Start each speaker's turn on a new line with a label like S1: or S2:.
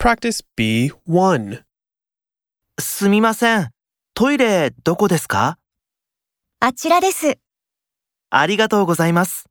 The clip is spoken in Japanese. S1: Practice B1.
S2: すみません。トイレどこですか
S3: あちらです。
S2: ありがとうございます。